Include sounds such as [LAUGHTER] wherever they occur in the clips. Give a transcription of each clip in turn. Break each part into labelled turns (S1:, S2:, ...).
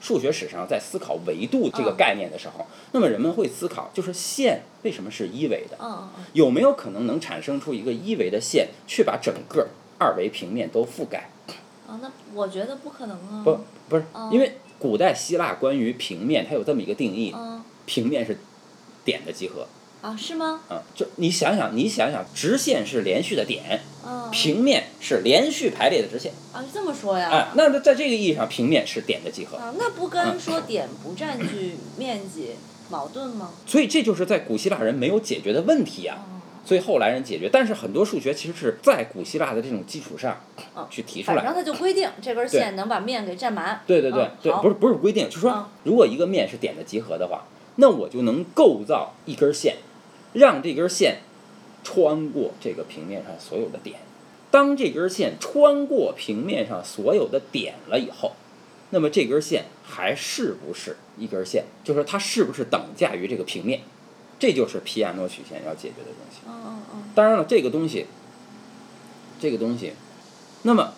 S1: 数学史上在思考维度这个概念的时候，那么人们会思考，就是线为什么是一维的？
S2: 嗯嗯
S1: 有没有可能能产生出一个一维的线，去把整个二维平面都覆盖？
S2: 嗯，啊，那我觉得不可能啊。
S1: 不，不是，
S2: 嗯
S1: 因为古代希腊关于平面，它有这么一个定义：
S2: 嗯
S1: 平面是点的集合。
S2: 啊，是吗？
S1: 嗯，就你想想，你想想，直线是连续的点，
S2: 嗯，
S1: 平面是连续排列的直线。
S2: 啊，这么说呀？
S1: 哎，嗯那么在这个意义上，平面是点的集合。
S2: 啊，那不跟说点不占据面积矛盾吗？
S1: 所以这就是在古希腊人没有解决的问题啊。
S2: 嗯，
S1: 所以后来人解决，但是很多数学其实是在古希腊的这种基础上
S2: 嗯
S1: 去提出
S2: 反
S1: 来
S2: 正
S1: 的。
S2: 它就规定这根
S1: 对
S2: 线能把面给占满。
S1: 对对对
S2: 嗯
S1: 对，
S2: 好
S1: 不是不是规定，就是说
S2: 嗯
S1: 如果一个面是点的集合的话，那我就能构造一根线，让这根线穿过这个平面上所有的点。当这根线穿过平面上所有的点了以后，那么这根线还是不是一根线？就是说它是不是等价于这个平面？这就是皮亚诺曲线要解决的东西。
S2: 嗯嗯嗯
S1: 当然了，这个东西，这个东西，那么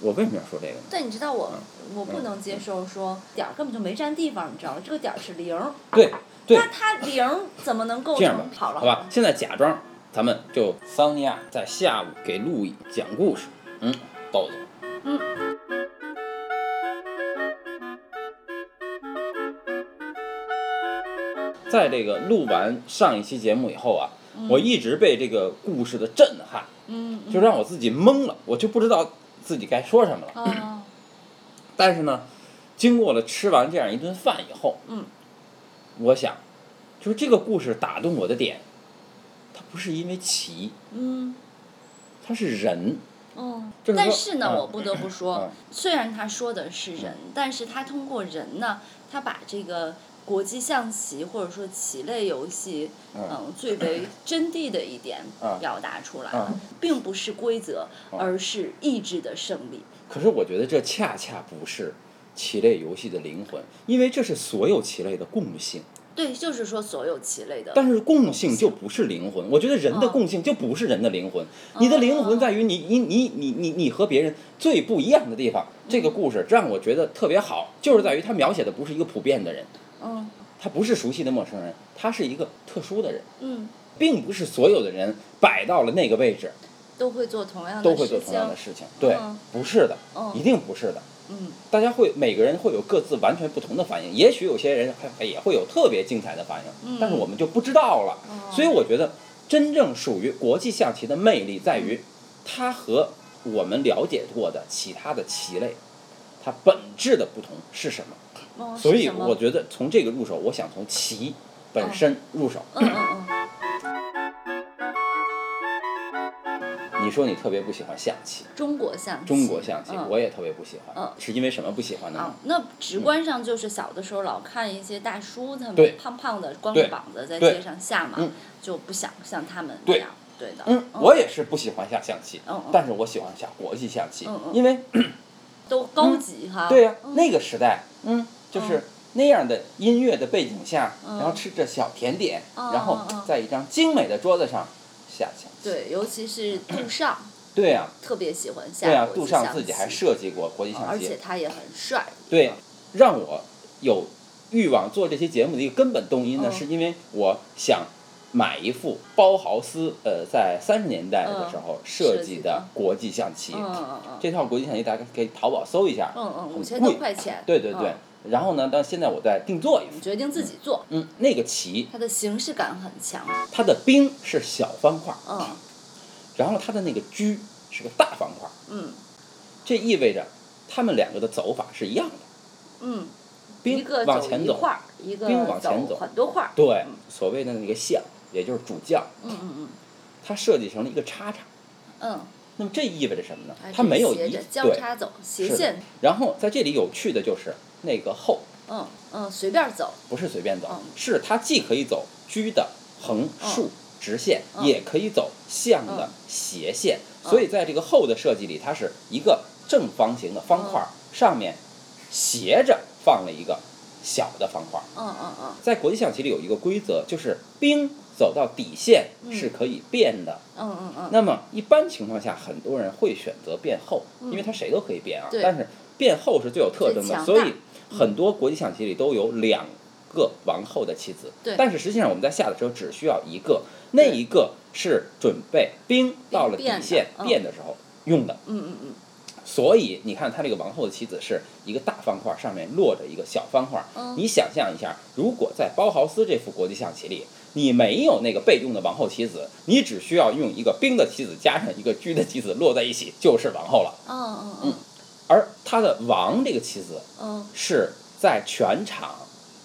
S1: 我为什么要说这个呢？
S2: 但你知道我，
S1: 嗯
S2: 我不能接受说点儿根本就没占地方，你知道吗？这个点儿是零儿，
S1: 对对
S2: 那，它零儿怎么能构
S1: 这样吧
S2: 成？，哦好了，嗯
S1: 好吧，，现在假装咱们就桑尼亚在下午给路易讲故事，嗯，豆子，
S2: 嗯。
S1: 在这个录完上一期节目以后啊，我一直被这个故事的震撼，
S2: 嗯嗯
S1: 就让我自己懵了，我就不知道自己该说什么了。
S2: 哦
S1: 但是呢，经过了吃完这样一顿饭以后，
S2: 嗯，
S1: 我想，就是这个故事打动我的点，它不是因为奇，
S2: 嗯
S1: 它是人，
S2: 嗯
S1: 就是说
S2: 但是呢，
S1: 嗯
S2: 我不得不说
S1: 嗯，
S2: 虽然他说的是人，但是他通过人呢，他把这个国际象棋或者说棋类游戏，
S1: 嗯
S2: 嗯，最
S1: [COUGHS]
S2: 为真谛的一点
S1: 嗯
S2: 表达出来
S1: 嗯
S2: 了，并不是规则，而是意志的胜利。
S1: 可是我觉得这恰恰不是棋类游戏的灵魂，因为这是所有棋类的共性，
S2: 对，就是说所有棋类的，
S1: 但是共性就不是灵魂。我觉得人的
S2: 嗯
S1: 共性就不是人的灵魂，你的灵魂在于你你你你你你和别人最不一样的地方。这个故事让我觉得特别好，就是在于它描写的不是一个普遍的人。
S2: 嗯
S1: 他不是熟悉的陌生人，他是一个特殊的人，
S2: 嗯，
S1: 并不是所有的人摆到了那个位置
S2: 都会做同样的
S1: 都
S2: 事情，
S1: 会做同样的事情。对
S2: 嗯，
S1: 不是的，
S2: 嗯
S1: 一定不是的。
S2: 嗯
S1: 大家会每个人会有各自完全不同的反应，也许有些人还也会有特别精彩的反应，
S2: 嗯
S1: 但是我们就不知道了。
S2: 哦
S1: 所以我觉得，真正属于国际象棋的魅力在于，它和我们了解过的其他的棋类，它本质的不同是什么？
S2: 哦，
S1: 所
S2: 是
S1: 以
S2: 什么
S1: 我觉得从这个入手，我想从棋本身入手。
S2: 嗯嗯嗯，
S1: 你说你特别不喜欢象棋，
S2: 中国象棋，
S1: 中国象棋，
S2: 嗯
S1: 我也特别不喜欢，
S2: 嗯
S1: 是因为什么不喜欢呢
S2: 啊？，那直观上就是小的时候老看一些大叔他
S1: 对
S2: 们胖胖的光
S1: 对
S2: 着膀子在
S1: 对
S2: 街上下嘛
S1: 嗯，
S2: 就不想像他们那
S1: 对
S2: 样，对的，
S1: 嗯，我也是不喜欢下象棋，
S2: 嗯嗯
S1: 但是我喜欢下国际象棋，
S2: 嗯嗯
S1: 因为
S2: 都高级哈，
S1: 嗯对啊呀、
S2: 嗯
S1: 那个时代，嗯，就是那样的音乐的背景下，
S2: 嗯
S1: 然后吃着小甜点，
S2: 嗯
S1: 然后
S2: 嗯嗯
S1: 在一张精美的桌子上下象棋。
S2: 对，尤其是
S1: [CLEARS THROAT]
S2: 杜尚
S1: 对呀、
S2: 特别喜欢下
S1: 对呀、啊
S2: 国
S1: 杜
S2: 际象
S1: 尚自己还
S2: 棋哦
S1: 设计过国际象
S2: 嗯而
S1: 棋
S2: 且，他也很帅，
S1: 对，让我有欲望做这期节目的一个根本动因呢，
S2: 嗯
S1: 是因为我想买一副包豪斯呃在三十年代的时候设
S2: 设
S1: 计
S2: 计
S1: 的
S2: 的
S1: 国际象棋。
S2: 嗯嗯嗯嗯
S1: 这套国际象棋大家可以淘宝搜一下，
S2: 嗯嗯，
S1: 啊很
S2: 五千
S1: 贵
S2: 多块钱，
S1: 对对对
S2: 嗯，。
S1: 然后呢，到现在我在定做一
S2: 你
S1: 副，
S2: 决定自己做，
S1: 嗯，那个棋
S2: 它的形式感很强，
S1: 它的兵是小方块，
S2: 嗯
S1: 然后它的那个车是个大方块，
S2: 嗯
S1: 这意味着他们两个的走法是一样的，
S2: 嗯，一
S1: 兵
S2: 个
S1: 往
S2: 走
S1: 前
S2: 一
S1: 走，
S2: 块儿，嗯一个
S1: 兵往前走
S2: 走很多块儿，
S1: 对，所谓的那个象，也就是主将，
S2: 嗯嗯
S1: 它设计成了一个叉叉。
S2: 嗯嗯。
S1: 那么这意味着什么呢
S2: 哎？
S1: 它
S2: 这
S1: 没有
S2: 斜
S1: 一
S2: 着交
S1: 对，
S2: 叉走，斜
S1: 是的
S2: 线，
S1: 然后在这里有趣的就是那个后
S2: 嗯嗯，随便走，
S1: 不是随便走
S2: 嗯，
S1: 是它既可以走车的横
S2: 嗯
S1: 竖直线，
S2: 嗯
S1: 也可以走向的
S2: 嗯
S1: 斜线。
S2: 嗯
S1: 所以在这个后的设计里，它是一个正方形的方块，
S2: 嗯
S1: 上面斜着放了一个小的方块。
S2: 嗯嗯嗯
S1: 在国际象棋里有一个规则，就是兵走到底线
S2: 嗯
S1: 是可以变的。
S2: 嗯嗯嗯，
S1: 那么一般情况下，很多人会选择变厚，因为他谁都可以变啊。
S2: 嗯对
S1: 但是变厚是最有特征
S2: 最强
S1: 的，
S2: 大嗯
S1: 所以很多国际象棋里都有两个王后的棋子，
S2: 对
S1: 但是实际上我们在下的时候只需要一个，那
S2: 对
S1: 一个是准备兵到了底
S2: 变的
S1: 线
S2: 嗯
S1: 变的时候用的。
S2: 嗯嗯嗯
S1: 所以你看，它这个王后的棋子是一个大方块，上面落着一个小方块。
S2: 嗯
S1: 你想象一下，如果在包豪斯这副国际象棋里，你没有那个备用的王后棋子，你只需要用一个兵的棋子加上一个车的棋子落在一起，就是王后了。
S2: 嗯嗯
S1: 而他的王这个棋子
S2: 嗯
S1: 是在全场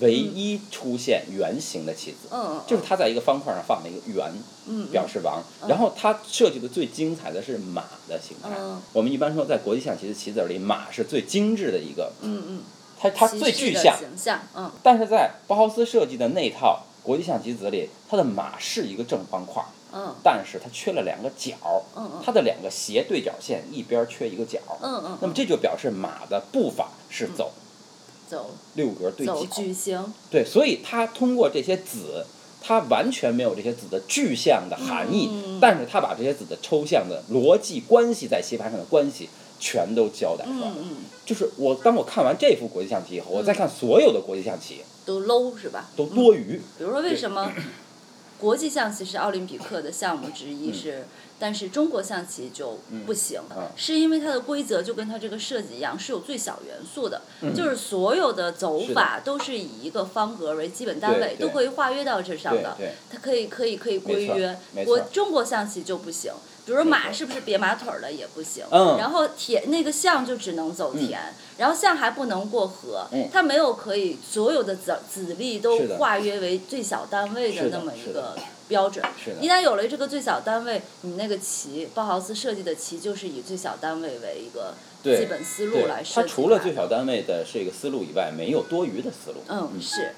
S1: 唯一出现圆形的棋子，
S2: 嗯，
S1: 就是他在一个方块上放了一个圆，
S2: 嗯
S1: 表示王。
S2: 嗯
S1: 然后他设计的最精彩的是马的形态。
S2: 嗯
S1: 我们一般说，在国际象棋的棋子里，马是最精致的一个，
S2: 嗯嗯，
S1: 它它
S2: 骑
S1: 最
S2: 士
S1: 具
S2: 的
S1: 象。
S2: 形象，嗯
S1: 但是在包豪斯设计的那套国际象棋子里，它的马是一个正方块，
S2: 嗯
S1: 但是它缺了两个角，
S2: 嗯嗯
S1: 它的两个斜对角线一边缺一个角。
S2: 嗯嗯，
S1: 那么这就表示马的步伐是走
S2: 走
S1: 六格对角
S2: 走，矩形，
S1: 对，所以它通过这些子，它完全没有这些子的具象的含义，
S2: 嗯
S1: 但是它把这些子的抽象的逻辑关系在棋盘上的关系全都交代出
S2: 嗯
S1: 来了。
S2: 嗯，
S1: 就是我当我看完这幅国际象棋以后，我再看所有的国际象棋
S2: 都 low 是吧？
S1: 都多余。
S2: 比如说，为
S1: [CLEARS THROAT]
S2: 什么国际象棋是奥林匹克的项目之一是，但是中国象棋就不行、
S1: 嗯
S2: 是因为它的规则就跟它这个设计一样，是有最小元素的，
S1: 嗯
S2: 就是所有的走
S1: 是的
S2: 法都是以一个方格为基本单位，
S1: 对对
S2: 都可以化约到这上
S1: 对
S2: 的。
S1: 对，
S2: 它可以可以可以规
S1: 没错
S2: 约
S1: 没，
S2: 国
S1: 错
S2: 中国象棋就不行，比如说
S1: 没
S2: 马
S1: 错
S2: 是不是别马腿儿了也不行，
S1: 嗯
S2: 然后田那个象就只能走田，然后象还不能过河，
S1: 嗯
S2: 它没有可以所有的子子力都
S1: 是的
S2: 化约为最小单位
S1: 是
S2: 那
S1: 的
S2: 么一
S1: 是
S2: 个
S1: 的
S2: 标准。
S1: 是
S2: 一
S1: 的，
S2: 旦有了这个最小单位，你那个棋，包豪斯设计的棋就是以最小单位为一个基
S1: 对。
S2: 本思路
S1: 对
S2: 来，
S1: 它
S2: 设计
S1: 除了
S2: 它
S1: 最小单位的这个思路以外，没有多余的思路。
S2: 嗯是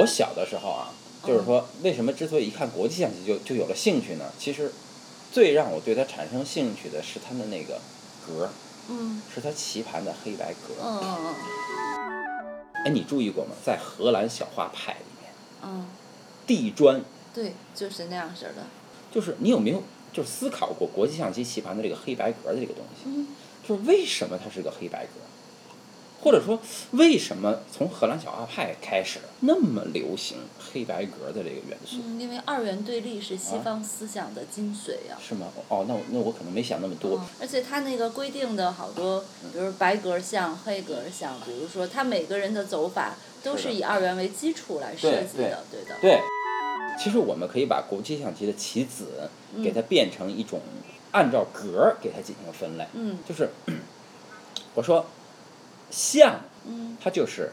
S1: 我小的时候啊，就是
S2: 嗯
S1: 说，为什么之所以一看国际象棋就就有了兴趣呢？其实，最让我对它产生兴趣的是它的那个格儿，
S2: 嗯
S1: 是它棋盘的黑白格儿。
S2: 嗯嗯嗯
S1: 哎，你注意过吗？在荷兰小花派里面，
S2: 嗯
S1: 地砖
S2: 对，就是那样式儿的，
S1: 就是你有没有就是思考过国际象棋棋盘的这个黑白格儿的这个东西？
S2: 嗯
S1: 就是为什么它是个黑白格？或者说，为什么从荷兰小花派开始那么流行黑白格的这个元素？
S2: 嗯，因为二元对立是西
S1: 啊
S2: 方思想的精髓呀、
S1: 是吗？哦，那我那我可能没想那么多。
S2: 嗯，而且它那个规定的好多，比如白格象、黑格象，比如说它每个人的走法都
S1: 是
S2: 是
S1: 的
S2: 以二元为基础来设计的，对的。
S1: 对，其实我们可以把国际象棋的棋子给它变成一种按照格儿给它进行分类，
S2: 嗯
S1: 就是我说象
S2: 嗯
S1: 它就是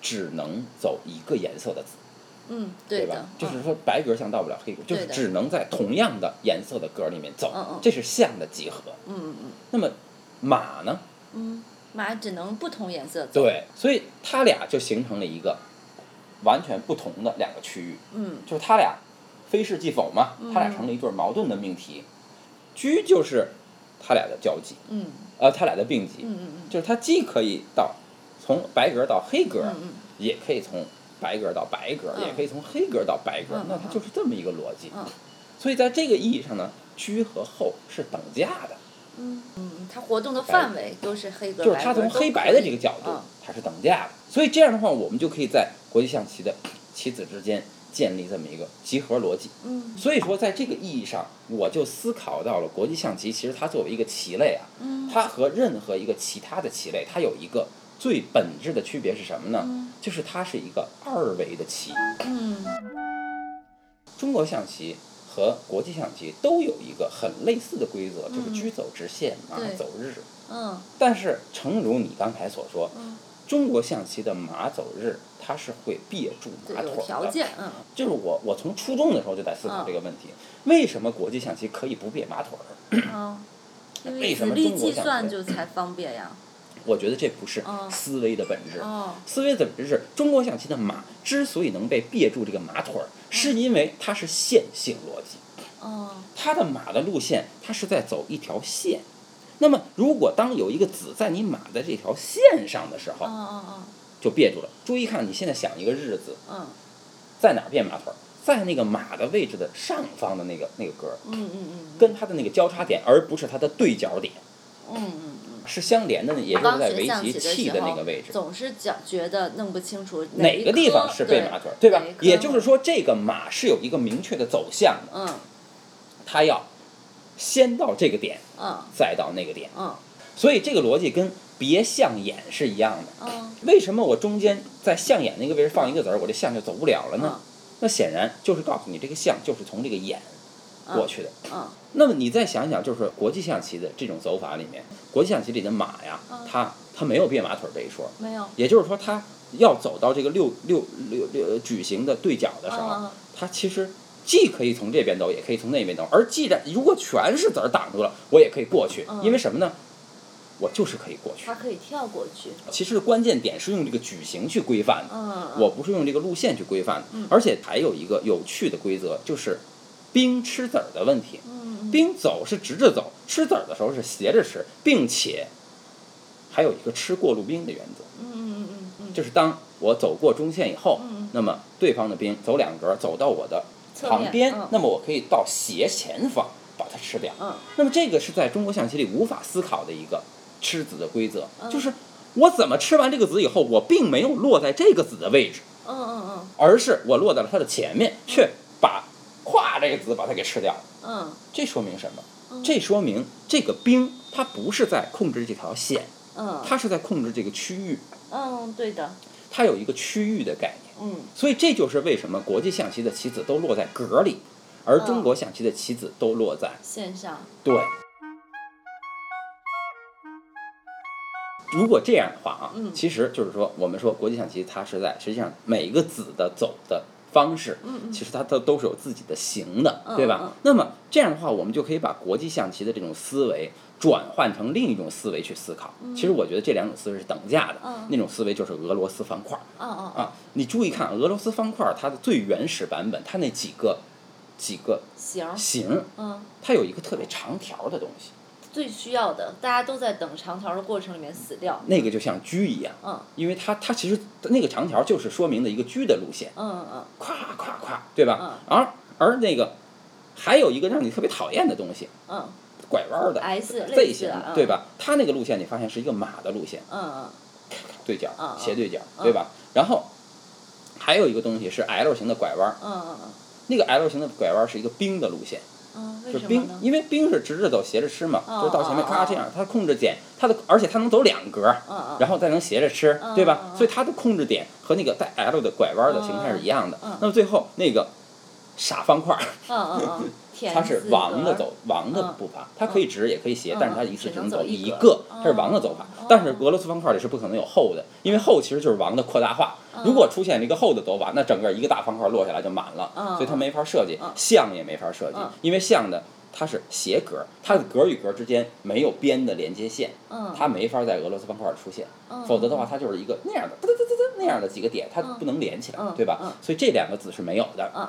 S1: 只能走一个颜色的子，
S2: 嗯，
S1: 对
S2: 的
S1: 吧？。就
S2: 嗯
S1: 是说白格象到不了黑格，就是
S2: 对的
S1: 只能在同样的颜色的格儿里面走，
S2: 嗯嗯
S1: 这是象的集合。
S2: 嗯嗯
S1: 那么马呢？
S2: 嗯，马只能不同颜色走。
S1: 对，所以它俩就形成了一个完全不同的两个区域。
S2: 嗯
S1: 就是他俩非是即否嘛，
S2: 嗯
S1: 他俩成了一对矛盾的命题。车就是他俩的交集，
S2: 嗯
S1: 呃，他俩的并集，
S2: 嗯嗯
S1: 就是它既可以到从白格到黑格，
S2: 嗯嗯
S1: 也可以从白格到白格，
S2: 嗯
S1: 也可以从黑格到白格，
S2: 嗯
S1: 那它就是这么一个逻辑。
S2: 嗯
S1: 所以在这个意义上呢，车和后是等价的，
S2: 嗯嗯，它活动的范围都是黑格
S1: 就是
S2: 白
S1: 它
S2: 格
S1: 从
S2: 都
S1: 黑白
S2: 可
S1: 的
S2: 以
S1: 这个角度
S2: 嗯，
S1: 它是等价的。所以这样的话，我们就可以在国际象棋的棋子之间建立这么一个集合逻辑。
S2: 嗯
S1: 所以说，在这个意义上，我就思考到了国际象棋，其实它作为一个棋类啊，
S2: 嗯
S1: 它和任何一个其他的棋类，它有一个最本质的区别是什么呢？
S2: 嗯
S1: 就是它是一个二维的棋。
S2: 嗯
S1: 中国象棋和国际象棋都有一个很类似的规则，就是
S2: 嗯
S1: 车走直线，马
S2: 对
S1: 走日。
S2: 嗯
S1: 但是，诚如你刚才所说，
S2: 嗯，
S1: 中国象棋的马走日，它是会别住
S2: 对
S1: 马
S2: 有
S1: 腿儿
S2: 条
S1: 的。
S2: 件，嗯
S1: 就是我，我从初中的时候就在思考
S2: 嗯
S1: 这个问题：为什么国际象棋可以不别马腿儿？
S2: 嗯，因
S1: 为
S2: 子
S1: 什么
S2: 力
S1: 中国
S2: 计
S1: 象棋
S2: 算就才方便呀。
S1: 我觉得这不是
S2: 嗯
S1: 思维的本质。
S2: 哦，
S1: 思维的本质是中国象棋的马之所以能被别住这个马腿儿，
S2: 嗯
S1: 是因为它是线性逻辑，
S2: 哦，
S1: 它的马的路线它是在走一条线。那么，如果当有一个子在你马的这条线上的时候，
S2: 哦哦
S1: 就别住了。注意看，你现在想一个日子
S2: 哦，嗯
S1: 在哪儿变马腿儿，在那个马的位置的上方的那个那个格儿，
S2: 嗯嗯嗯，
S1: 跟它的那个交叉点，而不是它的对角点。
S2: 嗯嗯嗯
S1: 是相连的，也就
S2: 我
S1: 是
S2: 刚
S1: 在
S2: 学
S1: 围
S2: 象
S1: 棋
S2: 棋的
S1: 气
S2: 时
S1: 的那
S2: 候
S1: 个位置。
S2: 总是觉觉得弄不清楚
S1: 哪
S2: 个
S1: 个地方是
S2: 对
S1: 被马腿儿，对吧
S2: 哪一？科
S1: 也就是说，这个马是有一个明确的走向的，
S2: 嗯
S1: 它要先到这个点，
S2: 嗯
S1: 再到那个点。
S2: 嗯
S1: 所以这个逻辑跟别象眼是一样的。
S2: 嗯
S1: 为什么我中间在象眼那个位置放一个子儿，我这象就走不了了
S2: 啊
S1: 呢？那显然就是告诉你，这个象就是从这个眼过去的。
S2: 嗯
S1: 那么你再想想，就是国际象棋的这种走法里面，国际象棋里的马呀
S2: 嗯，
S1: 它它没有变马腿儿这一说，
S2: 没有
S1: 也就是说，它要走到这个六六六六矩形的对角的时候，
S2: 嗯
S1: 它其实既可以从这边走，也可以从那边走。而既然如果全是子儿挡住了，我也可以过去，
S2: 嗯
S1: 因为什么呢？我就是可以过去
S2: 它。可以跳过去
S1: 其实关键点是用这个矩形去规范的。
S2: 嗯
S1: 我不是用这个路线去规范的
S2: 嗯，
S1: 而且还有一个有趣的规则，就是兵吃子儿的问题。
S2: 嗯嗯
S1: 兵走是直着走，吃子儿的时候是斜着吃，并且还有一个吃过路兵的原则，
S2: 嗯嗯嗯
S1: 就是当我走过中线以后，
S2: 嗯
S1: 那么对方的兵走两格走到我的
S2: 侧面
S1: 旁边
S2: 嗯，
S1: 那么我可以到斜前方把它吃掉。
S2: 嗯
S1: 那么这个是在中国象棋里无法思考的一个吃子的规则，
S2: 嗯
S1: 就是我怎么吃完这个子以后，我并没有落在这个子的位置。
S2: 嗯嗯
S1: 而是我落在了它的前面，却把“跨”这个字把它给吃掉了。
S2: 嗯
S1: 这说明什么？
S2: 嗯
S1: 这说明这个兵它不是在控制这条线，
S2: 嗯
S1: 它是在控制这个区域，
S2: 嗯对的
S1: 它有一个区域的概念。
S2: 嗯
S1: 所以这就是为什么国际象棋的棋子都落在格里，而中国象棋的棋子都落在
S2: 线上
S1: 对。如果这样的话啊，
S2: 嗯
S1: 其实就是说，我们说国际象棋，它是在实际上每一个子的走的方式，
S2: 嗯嗯
S1: 其实它都都是有自己的形的，
S2: 嗯
S1: 对吧？
S2: 嗯嗯
S1: 那么这样的话，我们就可以把国际象棋的这种思维转换成另一种思维去思考。其实我觉得这两种思维是等价的，
S2: 嗯
S1: 那种思维就是俄罗斯方块儿
S2: 嗯嗯嗯
S1: 啊。你注意看俄罗斯方块儿它的最原始版本，它那几个几个
S2: 行
S1: 形，
S2: 嗯
S1: 它有一个特别长条的东西，
S2: 最需要的大家都在等长条的过程里面死掉
S1: 那个就像车一样，
S2: 嗯
S1: 因为它它其实那个长条就是说明的一个车的路线。
S2: 嗯嗯
S1: 咵咵咵，对吧？而而那个还有一个让你特别讨厌的东西，
S2: 嗯
S1: 拐弯的
S2: S 类
S1: Z
S2: 似
S1: 型
S2: 的
S1: 的，
S2: 嗯
S1: 对吧？它那个路线你发现是一个马的路线，
S2: 嗯
S1: 对角
S2: 嗯、嗯
S1: 斜对角，
S2: 嗯
S1: 对吧？然后还有一个东西是 L 型的拐弯，
S2: 嗯嗯
S1: 那个 L 型的拐弯是一个兵的路线，
S2: 嗯为
S1: 就
S2: 什么
S1: 兵，
S2: 呢
S1: 因为兵是直着走斜着吃嘛，
S2: 嗯
S1: 就是到前面
S2: 嗯
S1: 咔
S2: 嗯
S1: 这样，它控制点，它的而且它能走两格。
S2: 嗯嗯
S1: 然后再能斜着吃
S2: 嗯，
S1: 对
S2: 嗯
S1: 吧？
S2: 嗯
S1: 所以它的控制点和那个带 L 的拐弯的形态是一样的
S2: 嗯嗯。
S1: 那么最后那个傻方块儿，
S2: 嗯嗯嗯，田
S1: 它是
S2: 字
S1: 王
S2: 格
S1: 的
S2: 儿，
S1: 走王的
S2: 嗯
S1: 步伐，它可以直也可以斜
S2: 嗯，
S1: 但是它
S2: 嗯
S1: 一次
S2: 只
S1: 只
S2: 能
S1: 能
S2: 走
S1: 走
S2: 一
S1: 一
S2: 格
S1: 个
S2: 哦，
S1: 它是王的走法
S2: 哦。
S1: 但是俄罗斯方块里是不可能有后的，因为后其实就是王的扩大化。
S2: 嗯
S1: 如果出现了一个后的走法，那整个一个大方块落下来就满了
S2: 嗯，
S1: 所以它没法设计
S2: 嗯，
S1: 象也没法设计
S2: 嗯，
S1: 因为象的它是斜格，它的格与格之间没有边的连接线，
S2: 嗯，
S1: 它没法在俄罗斯方块出现。
S2: 嗯
S1: 否则的话，，它就是一个那样的哒哒哒哒哒那样的几个点，它
S2: 嗯
S1: 不能连起来，
S2: 嗯
S1: 对吧？
S2: 嗯
S1: 所以这两个子是没有的。
S2: 嗯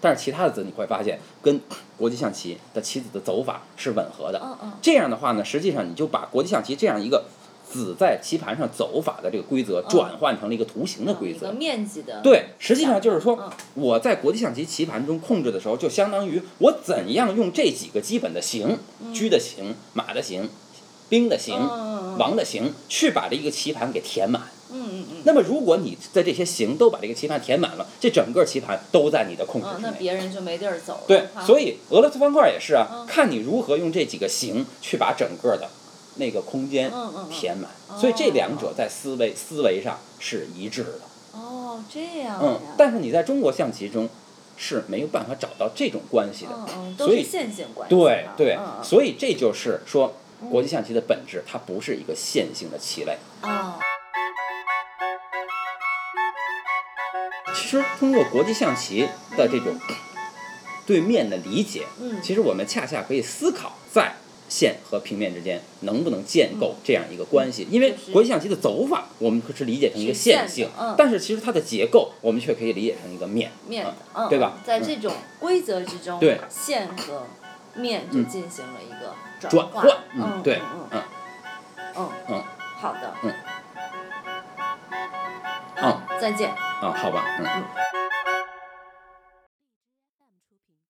S1: 但是其他的子你会发现，跟国际象棋的棋子的走法是吻合的。
S2: 嗯嗯
S1: 这样的话呢，实际上你就把国际象棋这样一个子在棋盘上走法的这个规则
S2: 嗯
S1: 转换成了一个图形
S2: 嗯，
S1: 的规
S2: 一个
S1: 则。
S2: 面积的，
S1: 对，实际上就是说
S2: 嗯，
S1: 我在国际象棋棋盘中控制的时候，就相当于我怎样用这几个基本的形，车的形、马的形、兵的形、
S2: 嗯嗯，嗯嗯
S1: 王的形去把这一个棋盘给填满。
S2: 嗯嗯嗯，
S1: 那么，如果你在这些形都把这个棋盘填满了，这整个棋盘都在你的控制
S2: 嗯，
S1: 之
S2: 那
S1: 内。
S2: 别人就没地儿走了，
S1: 对，所
S2: 以
S1: 以俄罗斯方块也是啊，
S2: 嗯
S1: 看你如何用这几个形去把整个的那个空间
S2: 嗯嗯嗯，
S1: 填满。
S2: 哦
S1: 所以这两者在思维思维上是一致的。
S2: 哦，这样
S1: 嗯
S2: 呀，
S1: 但是你在中国象棋中是没有办法找到这种关系的。
S2: 嗯嗯，都
S1: 所
S2: 是
S1: 以
S2: 线性关系
S1: 对
S2: 啊，
S1: 对，
S2: 嗯
S1: 所以这就是说，国际象棋的本质，它不是一个线性的棋类。
S2: 嗯哦，
S1: 其实通过国际象棋的这种 [COUGHS] 对面的理解，
S2: 嗯
S1: 其实我们恰恰可以思考在线和平面之间能不能建构这样一个关系，因为
S2: 嗯就是
S1: 国际象棋的走法我们可是理解成一个
S2: 是线的
S1: 线性，
S2: 嗯
S1: 但是其实它的结构我们却可以理解成一个面。
S2: 面
S1: 嗯
S2: 的，嗯，
S1: 对吧
S2: 在这种规则之中，
S1: 对嗯
S2: 线和面就进行了一个
S1: 转
S2: 化
S1: 换，，
S2: 嗯，
S1: 对
S2: 嗯，
S1: 嗯
S2: 嗯嗯
S1: 嗯，
S2: 好的，
S1: 嗯，
S2: 再见。
S1: 啊，好吧，嗯。
S2: 嗯